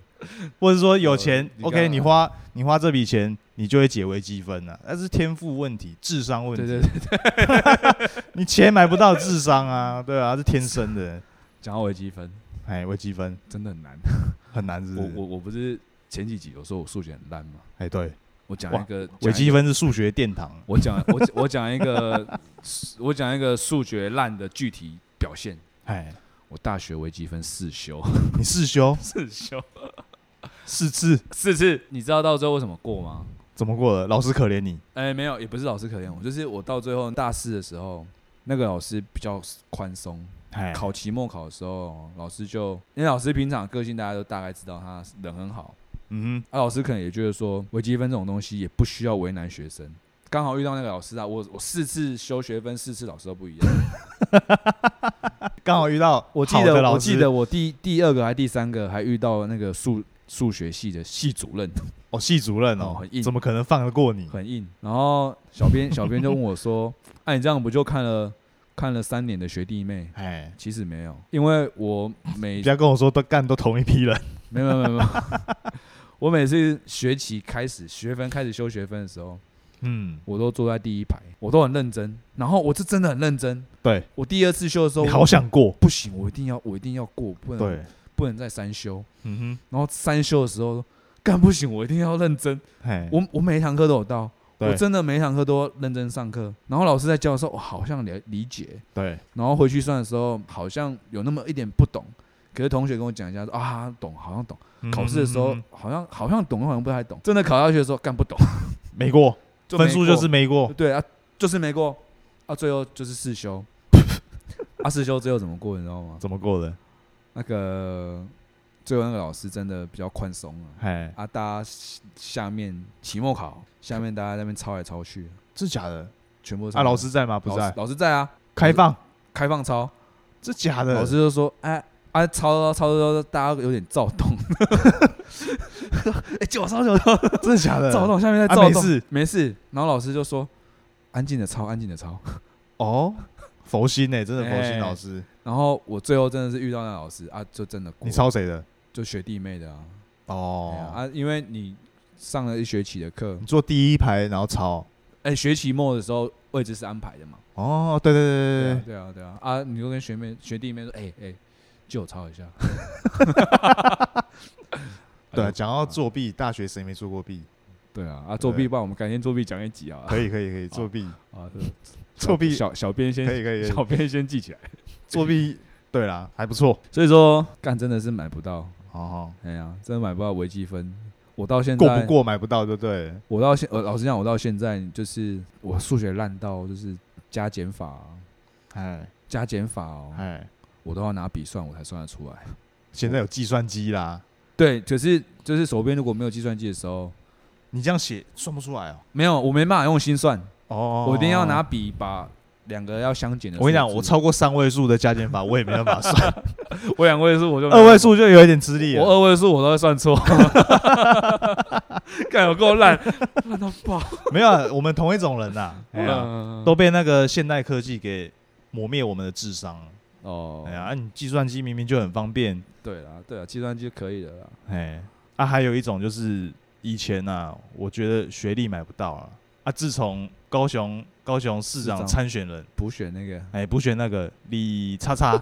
或者说有
呃
钱
你刚
，OK，
刚
你花你花这笔钱，你就会解微积分了、那是天赋问题、智商问
对
题
对。对，
*laughs* 你钱买不到智商啊，对啊，是天生的。
讲到微积分
哎，微积分
真的很难。
很难是不
我
是
我我不是前几集有说我数学很烂嘛，
哎，对，
我讲
哇
一个
微
分。
积分是数学殿堂。啊
我讲我我讲一个我讲一个数学烂的具体表现。
哎，
我大学微积分四修，
你四修
四修
四次
四次，你知道到最后为什么过吗？
怎么过的？老师可怜你。
哎、没有，也不是老师可怜我，就是我到最后大四的时候，那个老师比较宽松。
哎，
考期末考的时候，老师就因为老师平常个性大家都大概知道，他人很好，
嗯
啊，老师可能也觉得说微积分这种东西也不需要为难学生。刚好遇到那个老师啊，我我四次修学分，四次老师都不一样。
哼，刚好遇到
*laughs* 我记
好的
得，
老
我
师
记得我第第二个还第三个还遇到那个数数学系的系主任，
哦，系主任
哦
哦
很硬，
怎么可能放得过你？
很硬。然后小编小编就问我
*laughs*
说：“哎、你这样不就看了看了三年的学弟妹
哎？”，
其实没有，因为我每
你不要跟我说都干都同一批人。
没有没有没有没 *laughs* 有，我每次学期开始学分开始修学分的时候，
嗯，
我都坐在第一排，我都很认真。然后我是真的很认真。
*laughs* 对，
我第二次修的时候，
你
我
好想过。
不行，我一定要我一定要过，不能
对，
不能再三修。
嗯
然后三修的时候，干不行，我一定要认真。
哼，哎，
我我每一堂课都有到，
对
我真的每一堂课都认真上课。然后老师在教的时候，我好像理理解，
对，
然后回去算的时候，好像有那么一点不懂。可是同学跟我讲一下说啊，懂，好像懂。
嗯
考试的时候
嗯嗯嗯
好像好像懂，好像不太懂。真的考下去的时候，干不懂，
没过，
就没
*laughs* 分数就是
过
没过。
对啊，就是没过啊，最后就是四
*laughs*
修。啊，四修最后怎么过，你知道吗？
怎么过的？
那个最后那个老师真的比较宽松啊。
哎，
啊，大家下下面期末考，下面大家在那边抄来抄去，
是假的？
全部都是
啊，老师在吗？不
老
在
师。老师在啊，
开放，
开放抄，
这假的？
老师就说，哎啊，抄抄抄抄，大家有点躁
*laughs*
动，哎，九抄九抄，
真的假 *laughs* 的？
躁动，下面在
啊
躁
没
动，
事
没事，然后老师就说，安静的抄，安静的抄，
哦，佛心呢、欸真的佛
哎
心老师，
然后我最后真的是遇到那老师啊，就真的过
你，抄谁的？
就学弟妹的啊，哎呀
哦，
啊，因为你上了一学期的课
你，坐第一排然后抄。
哎，学期末的时候位置是安排的嘛。
哦，对对对
对
对
啊
对，
对啊，对啊，啊，你就跟学妹、学弟妹说，哎、哎、借我抄一下。
对啊，
啊
讲到作弊，大学谁没做过弊？
对啊，啊，作弊吧，我们改天作弊讲一集啊。
可以可以可以，作弊
啊，
作弊
小小编
可
先，
以可以，可以
小编先记起来。
作弊对啦，还不错。
所以说，干真的是买不到，
哦，
哎呀，真的买不到微积分。我到现在
过不？过买不到，对不对？
我到现，呃，老实讲，我到现在就是我数学烂到就是加减法啊、
哎
加减法哦，
哎，
我都要拿笔算，我才算得出来。
现在有计算机啦，
对，可是就是手边如果没有计算机的时候，
你这样写算不出来哦。
没有，我没办法用心算，
哦，
我一定要拿。笔把两个要相减的。
我跟你讲，我，超过三位数的加减法，我也没办法 *laughs* 算，
我两位数我就
二位，数就有一点吃力了。
我二位数我都会算错，看有够
*laughs*
烂，烂到爆。
*laughs* 没有啊，我们 *laughs* 同一种人呐、哎呀
嗯
都被那个现代科技给磨灭我们的智商了。
哦，
哎呀，啊你计算机明明就很方便，
对啦，对啦，啊计算机可以的啦。
哎，啊，还有一种就是以前啊，我觉得学历买不到啊，啊，自从高雄高雄市
市
长
长
参选人，
补选那个
哎，补选那个李
*laughs*
叉叉，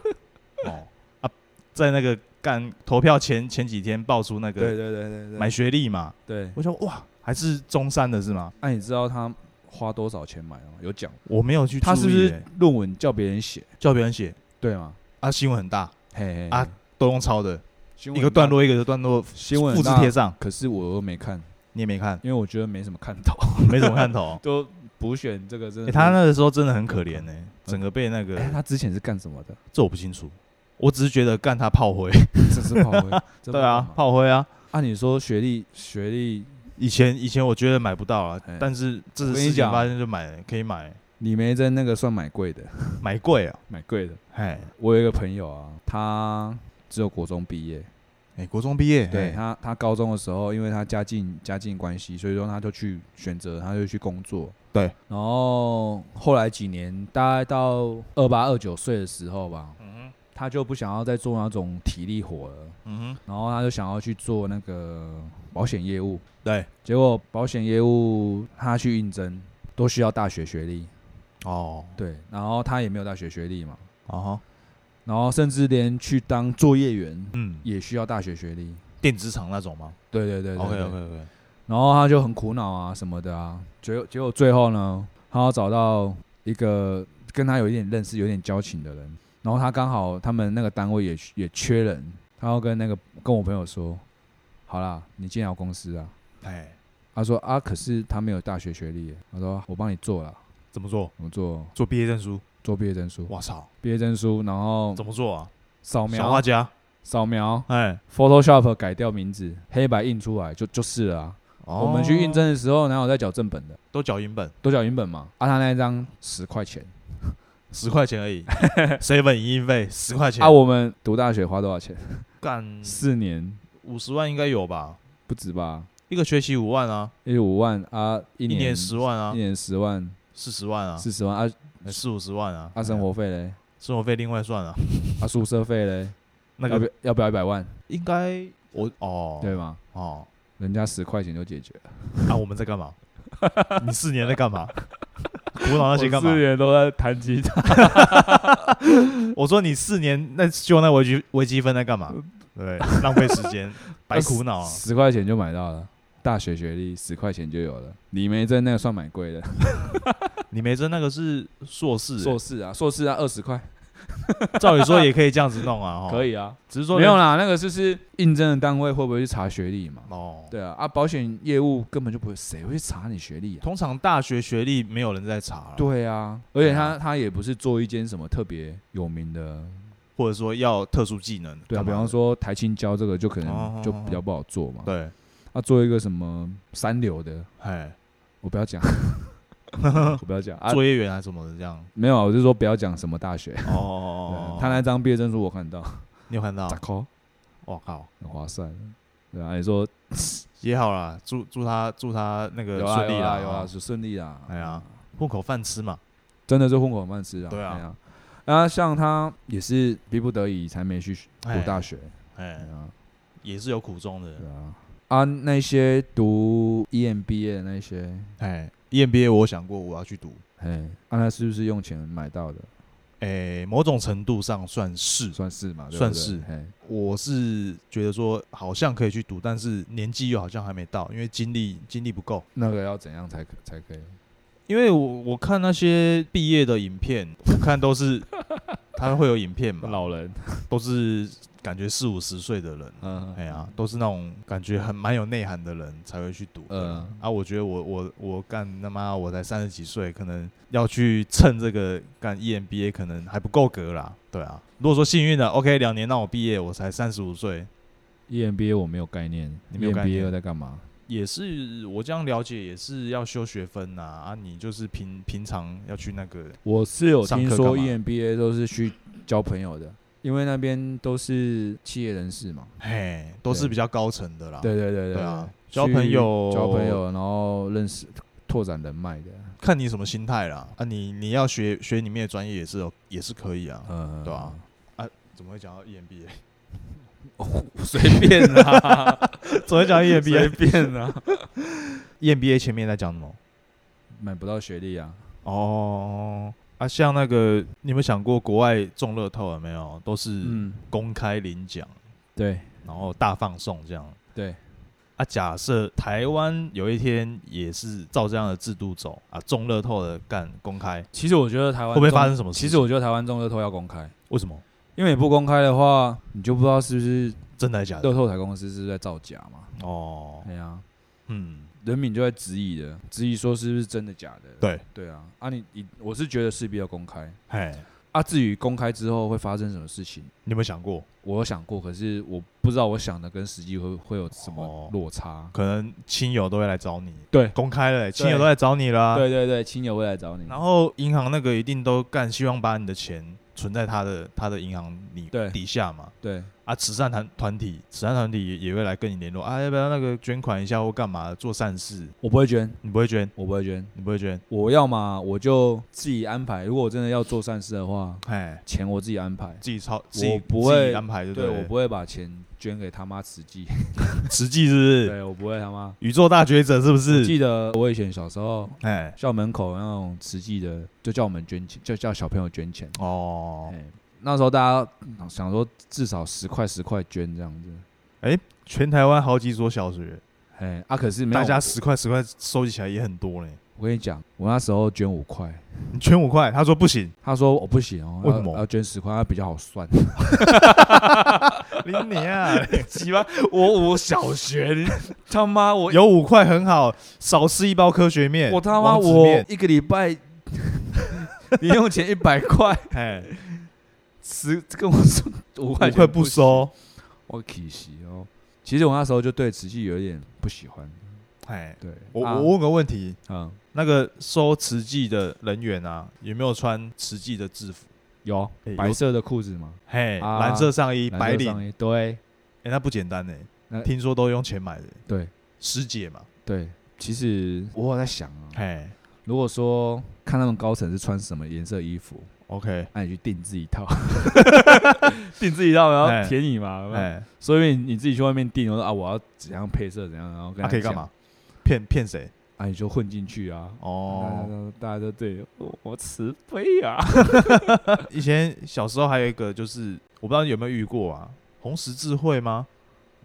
哦，啊，在那个干投票前前几天爆出那
对
个
对对对对，
买学历嘛，
对。
我想哇，还是中山的是吗？
那、你知道他花多少钱买的吗？有讲，
我没有去注意、
他
欸，
是不是论文叫别人写？
叫别人写
对吗？
啊？新闻很大，
嘿嘿
啊，都用抄的，
新闻
一个
很大
段，落一个段落
新闻很
复制
大
贴，上，
可是我又没看，
你也没看，
因为我觉得没什么看头。。
没什么看头
*laughs* 就补选这个真的
欸、
是，
他那个时候真的很可怜呢、整个被那个、
嗯哎，他之前是干什么
*laughs*
的？
这我不清楚，我只是觉得干他炮灰，
这是炮灰，这
*laughs* 对啊
不，好嘛。
炮灰啊。
按你说学历，学历
以前以前我觉得买不到啊
哎，
但是这
我跟
次
你
事情
讲
发现就买了，可以买，
李梅珍那个算买贵的，
买贵啊，
买贵的。
哎，
我有一个朋友啊，他只有国中毕业，
哎，国中毕业，
对
哎
他，他高中的时候，因为他家境家境关系，所以说他就去选择，他就去工作。
对，
然后后来几年，大概到二八二九岁的时候吧，
嗯哼，
他就不想要再做那种体力活了，
嗯哼，
然后他就想要去做那个保险业务。
对，
结果保险业务他去应征，都需要大学学历。
哦，
对，然后他也没有大学学历嘛，
哦吼，
然后甚至连去当作业员
嗯，
也需要大学学历。
电子厂那种吗
对对对对
？OK
对
OK OK，
然后他就很苦恼啊什么的啊，结结果最后呢，他要找到一个跟他有一点认识、有点交情的人，然后他刚好他们那个单位也也缺人，他要跟那个跟我朋友说，好啦，你进来我公司啊。
哎，
他说啊，可是他没有大学学历耶。他说我帮你做了，
怎么做？
我做
做毕业证书？
做毕业证书，
我操，
毕业证书，然后
怎么做啊？
扫
小画
描
家，
扫描
哎，
Photoshop 改掉名字，黑白印出来就就是了啊。
哦
我们去印
证
证的时候，哪有在缴正本的？
都缴银本，
都缴银本嘛，啊，他那一张十块钱，
十块钱而 *laughs* 已，seven 营运费十块钱嗯
啊，，我们读大学花多少钱？
干
四年
五十万应该有吧？
不止吧？
一个学期五万啊，
一十五万啊，一
一
年
年十万啊
一，年十万，
四十万啊，
四十万啊
哎四五十万啊，
啊，生活费嘞，
生活费另外算啊。
啊，宿舍费嘞，
那
要不
个
要要不要一百万？
应该我哦，
对吗？
哦，
人家十块钱就解决了，
啊，我们在干嘛？ *laughs* 你四年在干嘛？苦恼那些干嘛？
年都在弹吉他，
我说你四年那修那微积微积分在干嘛？
呃
对，浪费时间，白苦恼
*laughs*
啊。
十块钱就买到了。大学学历十块钱就有了，李梅珍那个算蛮贵的，
李梅珍那个是硕士欸，
硕士啊，硕士啊，二十块
照理说也可以这样子
*laughs*
弄啊，
可
以，
以啊，
只是说
没有
人
啦，那个就是应征的单位会不会去查学历嘛？
哦。
对啊，啊，保险业务根本就不会，谁会去查你学历啊？
通常大学学历没有人在查，，
对啊，而且他他也不是做一间什么特别有名的，
或者说要特殊技能，
对啊，
干
比
嘛
方
的，
说台青交这个就可
哦
能就比较不好做嘛。
对，
他做一个什么三流的，
哎，
我不要
*laughs*
讲，我不要讲啊，
作业员啊什么的这样。
没有啊，我是说不要讲什么大学。
哦哦啊
对啊
哦哦，
他那张毕业证书我看到，
你有看到
咋？扣
我靠，
很划算，对啊，你说
也好啦，祝祝他祝他那个
有啊
顺
有
利
啊
啦，
有
哦
啊，是顺利啊，
哎呀，混口饭吃嘛。
真的是混口饭吃啊，
对啊
哎呀。然后像他也是逼不得已才没去读
哎
大学，哎
哎，
呀。
也是有苦衷的。
对啊，啊，那些读 E EMBA 的那些，
哎，EMBA 我想过我要去读，
嘿，啊，那是不是用钱买到的？
哎，某种程度上算是，
算是嘛，对不
算
对
是
嘿，
我是觉得说好像可以去读，但是年纪又好像还没到，因为精力精力不够。
那个要怎样才可才可以？
因为我我看那些毕业的影片，我看都是他会有影片嘛，
人，
都是感觉四五十岁的人，
嗯，
哎呀，都是那种感觉很蛮有内涵的人才会去读的啦。
嗯
啊，我觉得我我我干他妈我才三十几岁，可能要去蹭这个干 E EMBA 可能还不够格啦。对啊，如果说幸运的，OK，两年让我毕业，我才三十五岁，
，EMBA 我没有概念 E
你没有概念
，EMBA 又在干嘛？
也是我这样了解，也是要修学分呐、啊。你就是平平常要去那个，
我是有
上
听
课
说 E
干嘛
EMBA 都是去交朋友的，因为那边都是企业人士嘛。
嘿，都是
对
比较高层的啦。
对对对
对啊，
去
交朋友，
交朋，友，然后认识拓展人脉的，
看你什么心态啦。啊你，你要学学里面的专业也是有也是可以啊。
嗯，
对啊，怎么会讲到 E EMBA？
*laughs* 随便啦，
*laughs* 怎么会讲到 E
*laughs* 随
EMBA？EMBA
便啦，
前面在讲什么？
买不到学历啊，
哦，啊，像那个，你有没有想过国外中乐透有没有？都是
嗯，
公开领奖，
对
然后大放送这样。
对，
啊，假设台湾有一天也是照这样的制度走啊，中乐透的干公开，
其实我觉得台湾
会不会发
中
生什么事情
其实我觉得台湾中乐透要公开，
为什么？
因为你不公开的话，你就不知道是不是
真的还假
乐
的？
透台公司是不是在造假嘛？
哦，
对啊，
嗯，
人民就在质疑的，质疑说是不是真的假的。
对，
对啊，啊你你我是觉得势必要公开
嘿，
啊。至于公开之后会发生什么事情，
你有没有想过，
我有想过，可是我不知道我想的跟实际会会有什么
哦
落差。
可能亲友都会来找你？
对
公开了欸、亲友都来找你啦、
对对对，亲友会来找你。
然后银行那个一定都干，希望把你的钱存在他的他的银行里
对
底下嘛。
对
啊，慈善团团体，慈善团体也也会来跟你联络啊，要不要那个捐款一下或干嘛做善事？
我不会捐，
你不会捐，
我不会捐。
你不会捐，
我要嘛我就自己安排。如果我真的要做善事的话，
哎，
钱我自己安排。
自己操，自己
不会
自己安排就
对
对了，
我不会把钱捐给他妈慈济，
实际是不是
对我不会他妈。
宇宙大觉者是不是？
记得我以前小时候
哎，
校门口那种慈济的，就叫我们捐钱，就叫小朋友捐钱。
哦，
哎那时候大家想说至少十块十块捐这样子，
全台湾好几所小学，
哎啊，可是没有
大家十块十块收集起来也很多嘞。
我跟你讲，我那时候捐五块，
你捐五块，他说不
*laughs*
行，
他说我、不行哦，
为
要
什么
要捐十块，他比较好算。
你你啊，
鸡巴，我我小 *laughs* 学他妈我
有五块很好，少吃一包科学面，
我他妈
王子
我 *laughs*
面
一个礼拜零用钱一百块，
哎，
十跟我说五块
五
钱
块不
行，
收，
我可惜哦。其实我那时候就对瓷器有一点不喜欢，
哎，
对
我
啊
我问个问题，
嗯
那个收慈济的人员啊，有没有穿慈济的制服？
有
哎
白
有
色的裤子嘛，
嘿，
啊
蓝色上衣，
蓝色
白领，
上衣，对
哎，那不简单
那
呢。听说都用钱买的，
对
师姐嘛，
对。其实我有在想啊，
嘿
如果说看他们高层是穿什么颜色衣服，
，OK，
那你去定制一
*laughs*
套，定制一套，然后
哎
填你嘛，有没有
哎，
所以你自己去外面订，我说啊，我要怎样配色怎样，然后跟
那
他
啊可以干
讲
嘛？？骗骗谁？
啊，你就混进去啊。
哦，
哦，大家都对哦我我慈悲啊。
以前小时候还有一个就是，我不知道你有没有遇过啊，红十字会吗？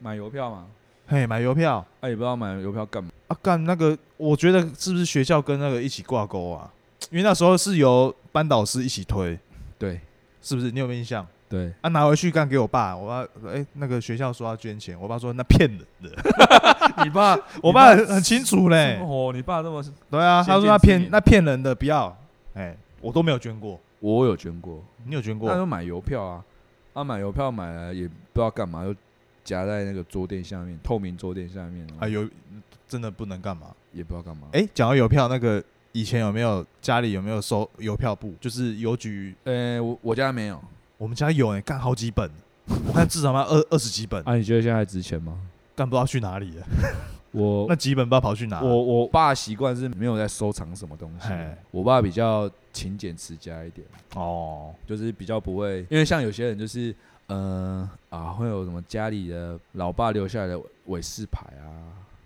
买邮票嘛，
嘿，买邮票。
啊，也不知道买邮票干嘛。
啊，干那个，我觉得是不是学校跟那个一起挂钩啊？因为那时候是由班导师一起推，
对
是不是？你有没有印象？
对，
啊，拿回去干给我爸，我爸哎、那个学校说要捐钱，我爸说那骗人的，
*laughs* *laughs* 你爸，
我爸很很清楚嘞，
哦，你爸这么，
对啊，
先
他说那
见之明
骗那骗人的，不要，哎、我都没有捐过，
我有捐过，
你有捐
那
过？
就买邮票啊，啊，买邮票买了也不知道干嘛，就夹在那个桌垫下面，透明桌垫下面，
啊，
哎，
有真的不能干嘛？
也不知道干嘛。
哎、讲到邮票，那个以前有没有家里有没有收邮票簿？就是邮局，
呃，我我家没有。
我们家有哎、干好几本，我看至少要二二十几本，
啊，你觉得现在还值钱吗？
干不知道去哪里了。
我
那几本不知道跑去哪？
哦我我爸习惯是没有在收藏什么东西
嘿，
我爸比较勤俭持家一点，
哦，
就是比较不会，因为像有些人就是，呃啊，会有什么家里的老爸留下来的尾饰牌啊，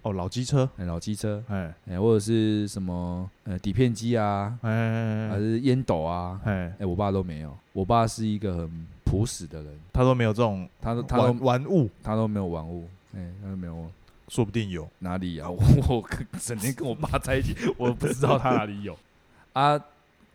哦，老机车，
哎老机车，
哎
哎或者是什么呃底片机啊，还
哎
是烟斗啊，
哎，
哎我爸都没有，我爸是一个很朴实的人，
他都没有这种
他都他
玩
都
玩物，
他都没有玩物，哎他都没有。
说不定有。
哪里啊？我 *laughs* 我跟整天跟我爸在一 *laughs* 起，我不知道他哪里有 *laughs* 啊。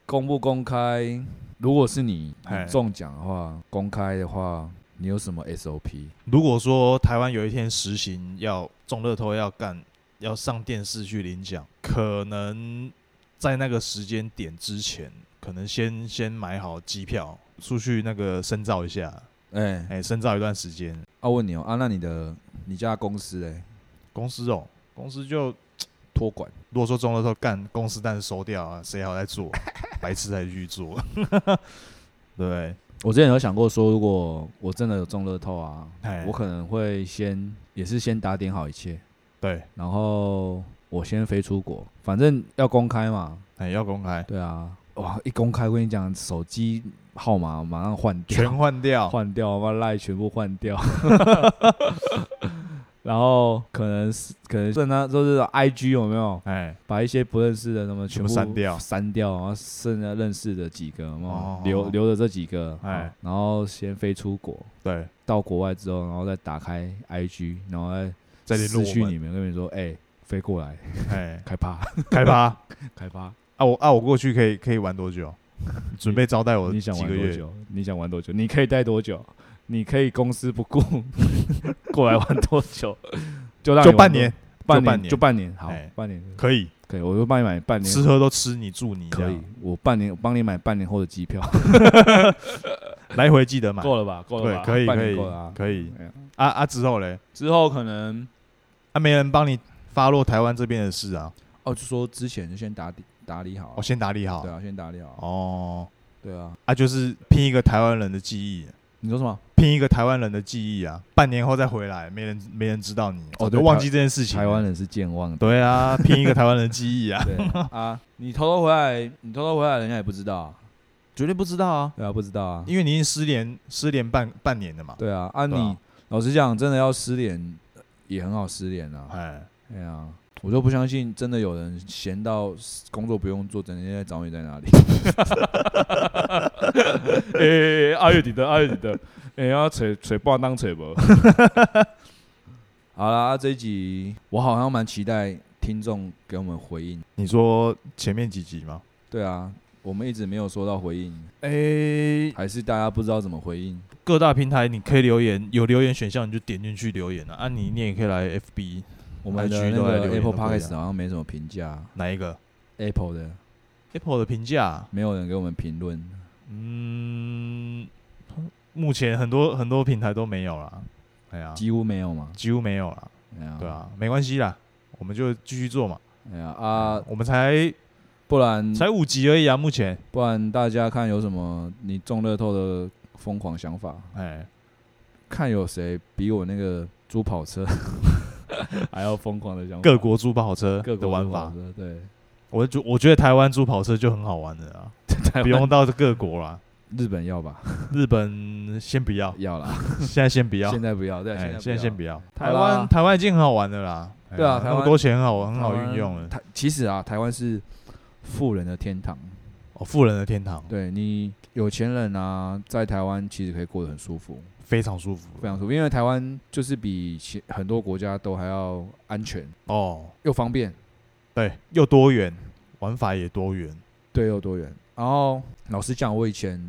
公不公开？如果是你
嘿
你中奖的话，公开的话，你有什么 SOP？
如果说台湾有一天实行要中乐透要干要上电视去领奖，可能在那个时间点之前，可能先先买好机票，出去那个深造一下，
哎、
哎、深造一段时间。
啊，问你哦，啊，那你的你家的公司嘞，
公司哦，公司就
托管
如果说中乐透干公司但是收掉啊，谁还在做？白痴才继续做， *laughs* 对不对？
我之前有想过说，如果我真的有中乐透啊
哎，
我可能会先也是先打点好一切，
对，
然后我先飞出国，反正要公开嘛，
哎，要公开，
*laughs* 对啊，哇，一公开，我跟你讲，手机号码马上换掉，
全换掉，
啊换掉，把赖全部换
*laughs*
掉。然后可能是可能剩他就是 I G 有没有
哎，
把一些不认识的什么全部
全部删掉
删掉，然后剩下认识的几个，有没有
哦
留留着这几个，
哎
哎，然后先飞出国，
对，
到国外之后，然后再打开 I G，然后再
再联络
私讯
我
你
们，
们，跟你们说，哎，飞过来 *laughs*
哎，
开趴
开趴
开 *laughs* 趴，
啊，我啊，我过去可以可以玩多久？准备招待我
你想
几
玩
个
多
月？
久？你想玩多久？你可以待多久？你可以公司不顾 *laughs* 过来玩多久？ *laughs* 就让你
就
玩
半
多
年，
半
就半
年
年
就半年，好
哎，
半年
可以，
可以，我就帮你买半年
吃，喝都吃你住你，
可以，，我半年我帮你买半年后的 *laughs* 机票，
来回记得买，
够了吧？够了
对，
吧？
可以
半
可
年
以
够了啊。
可以
哎呀
啊啊，之后嘞，
之后可能
啊，没人帮你发落台湾这边的事啊，
哦，就说之前就先打理打理好啊
我，先打理好
对，啊，先打理好啊，
哦，
对啊。
啊，就是拼一个台湾人的记忆，
你说什么？
拼一个台湾人的记忆啊，半年后再回来，没人没人知道你，
哦
我
对
都忘记这件事情
*laughs*
了。
台湾人是健忘的，
对啊，拼一个台湾人的记忆
*laughs*
啊，
对啊，你偷偷回来，你偷偷回来，人家也不知道啊，
绝对不知道啊，
对啊，不知道啊，
因为你已经失联失联半半年了嘛。
对啊，啊
对
你
啊
老实讲，真的要失联也很好失联啊，
哎，
哎呀，我就不相信真的有人闲到工作不用做，整天在找你在哪里。 *laughs* 哎，二月底的，二月底的，哎，要扯扯半当扯不？ *laughs* 好啦，啊这一集我好像蛮期待听众给我们回应。
你说前面几集吗？
对啊，我们一直没有收到回应，
哎，
还是大家不知道怎么回应。
各大平台你可以留言，有留言选项你就点进去留言啊。啊，你你也可以来 FB
我们的
IG
那
都在
个
留言
Apple
都可以啊
Podcast 好像没什么评价
哪一个
，Apple 的
Apple 的评价？啊
没有人给我们评论。
嗯，目前很多很多平台都没有啦。哎呀，
几乎没有嘛。
几乎没有啦。
哎呀
对，啊，没关系啦，我们就继续做嘛。
哎呀啊，
我们才
不然
才五集而已啊，目前，
不然大家看有什么你中乐透的疯狂想法，
哎，
看有谁比我那个猪跑
*laughs*
车还要疯狂的想法。
各国猪跑车
各国
的玩
猪跑
法，
车，对，
我就我觉得台湾猪跑车就很好玩
*laughs*
的啊，
台湾
*laughs* 不用到各国啦，
日本要吧？，
日本先不要
*laughs* 要啦，
现在先不要
现，在不要，对，现
哎，现
在
在先
不
不
要。
要，
好啦
台湾台湾已经很好玩的啦，哎呀
对啊台
那
湾
么多钱很好玩，很好
台湾
运用了，
台其实啊，台湾是富人的天堂，
哦，富人的天堂，
对你有钱人啊，在台湾其实可以过得很舒服，
非常舒服，
非常舒服，因为台湾就是比其很多国家都还要安全
哦，
又方便。
对，又多元，玩法也多元，
对，幼多元。然后老实讲，我以前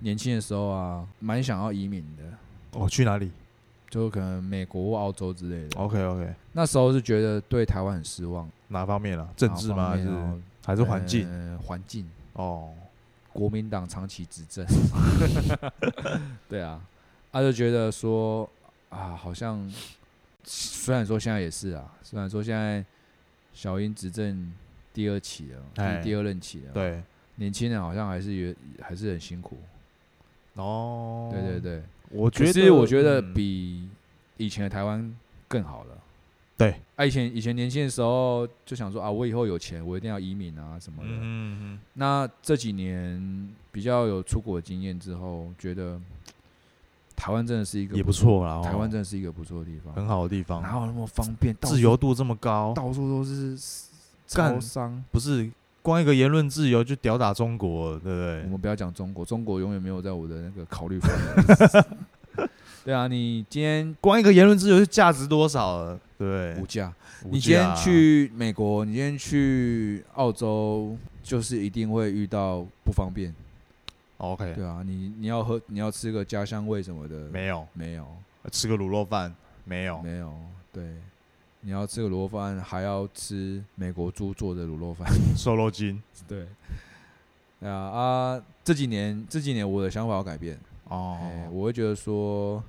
年轻的时候啊，蛮想要移民的，
哦，去哪里
就可能美国或澳洲之类的。
？OK OK，
那时候是觉得对台湾很失望，
哪方面啊？政治吗？还是还
还
是环境？
呃环境，
哦，
国民党长期执政。 *laughs* 对啊，他、就觉得说啊，好像虽然说现在也是啊，虽然说现在小英执政第二期了，
哎
第第二任期了，，
对，
年轻人好像还是有还是很辛苦。
哦，
对对对。
我
其
觉
实
得，
我觉得
嗯
比以前的台湾更好了。
对，
啊，以前以前年轻的时候就想说啊，我以后有钱，我一定要移民啊什么的。
嗯嗯
那这几年比较有出国经验之后，觉得台湾真的是一个
嗯，也不，错啦哦，
台湾真的是一个不错的地方，
很好的地
哪
方，
有那么方便，到处
自由度这么高，
到处都是超
干
商。
不是光一个言论自由就吊打中国了，对
我
不对？
们不要讲中国，中国永远没有在我的那个考虑范围。
*laughs*
对啊，你今天
光一个言论自由就价值多少了，对
无
不对？
价，
无
你今
价
天
啊，
去美国，你今天去澳洲，就是一定会遇到不方便，
OK，
对啊，你你要喝，你要吃个家乡味什么的，
没有
没有，
吃个卤肉饭，没有，
没有，对，你要吃个卤肉饭，还要吃美国猪做的卤肉
*laughs*
饭，
瘦肉精
对，对啊啊，这几年这几年我的想法要改变，哎，
哦，
我会觉得说，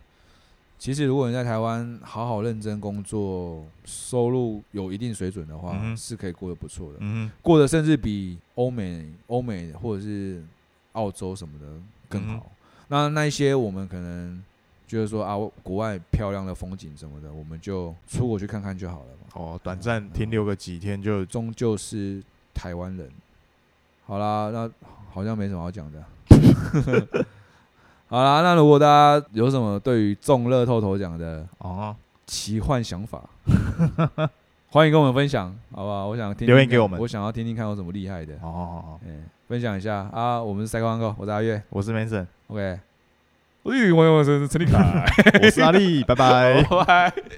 其实如果你在台湾好好认真工作，收入有一定水准的话，
嗯哼
是可以过得不错的。
嗯
过得甚至比欧美、欧美或者是澳洲什么的
嗯
更好。那那一些我们可能觉得说啊，国外漂亮的风景什么的，我们就出国去看看就好了嘛。
哼，哦，短
嗯
暂停留个几天就
终究是台湾人。好啦，那好像没什么好讲的。 *laughs* 好啦，那如果大家有什么对于中乐透头奖的
哦，
奇幻想法，
*laughs*
欢迎跟我们分享，好不好？我想听听
留言给
看
我们
我想要听听看有什么厉害的
哦，好好
*laughs*
好，
嗯，分享一下啊。我们是赛高安哥，我是阿月
我是 Mason，
*laughs* ，OK。哎，我我是陈立凯， *laughs*
我是阿力，拜拜。
哦拜拜。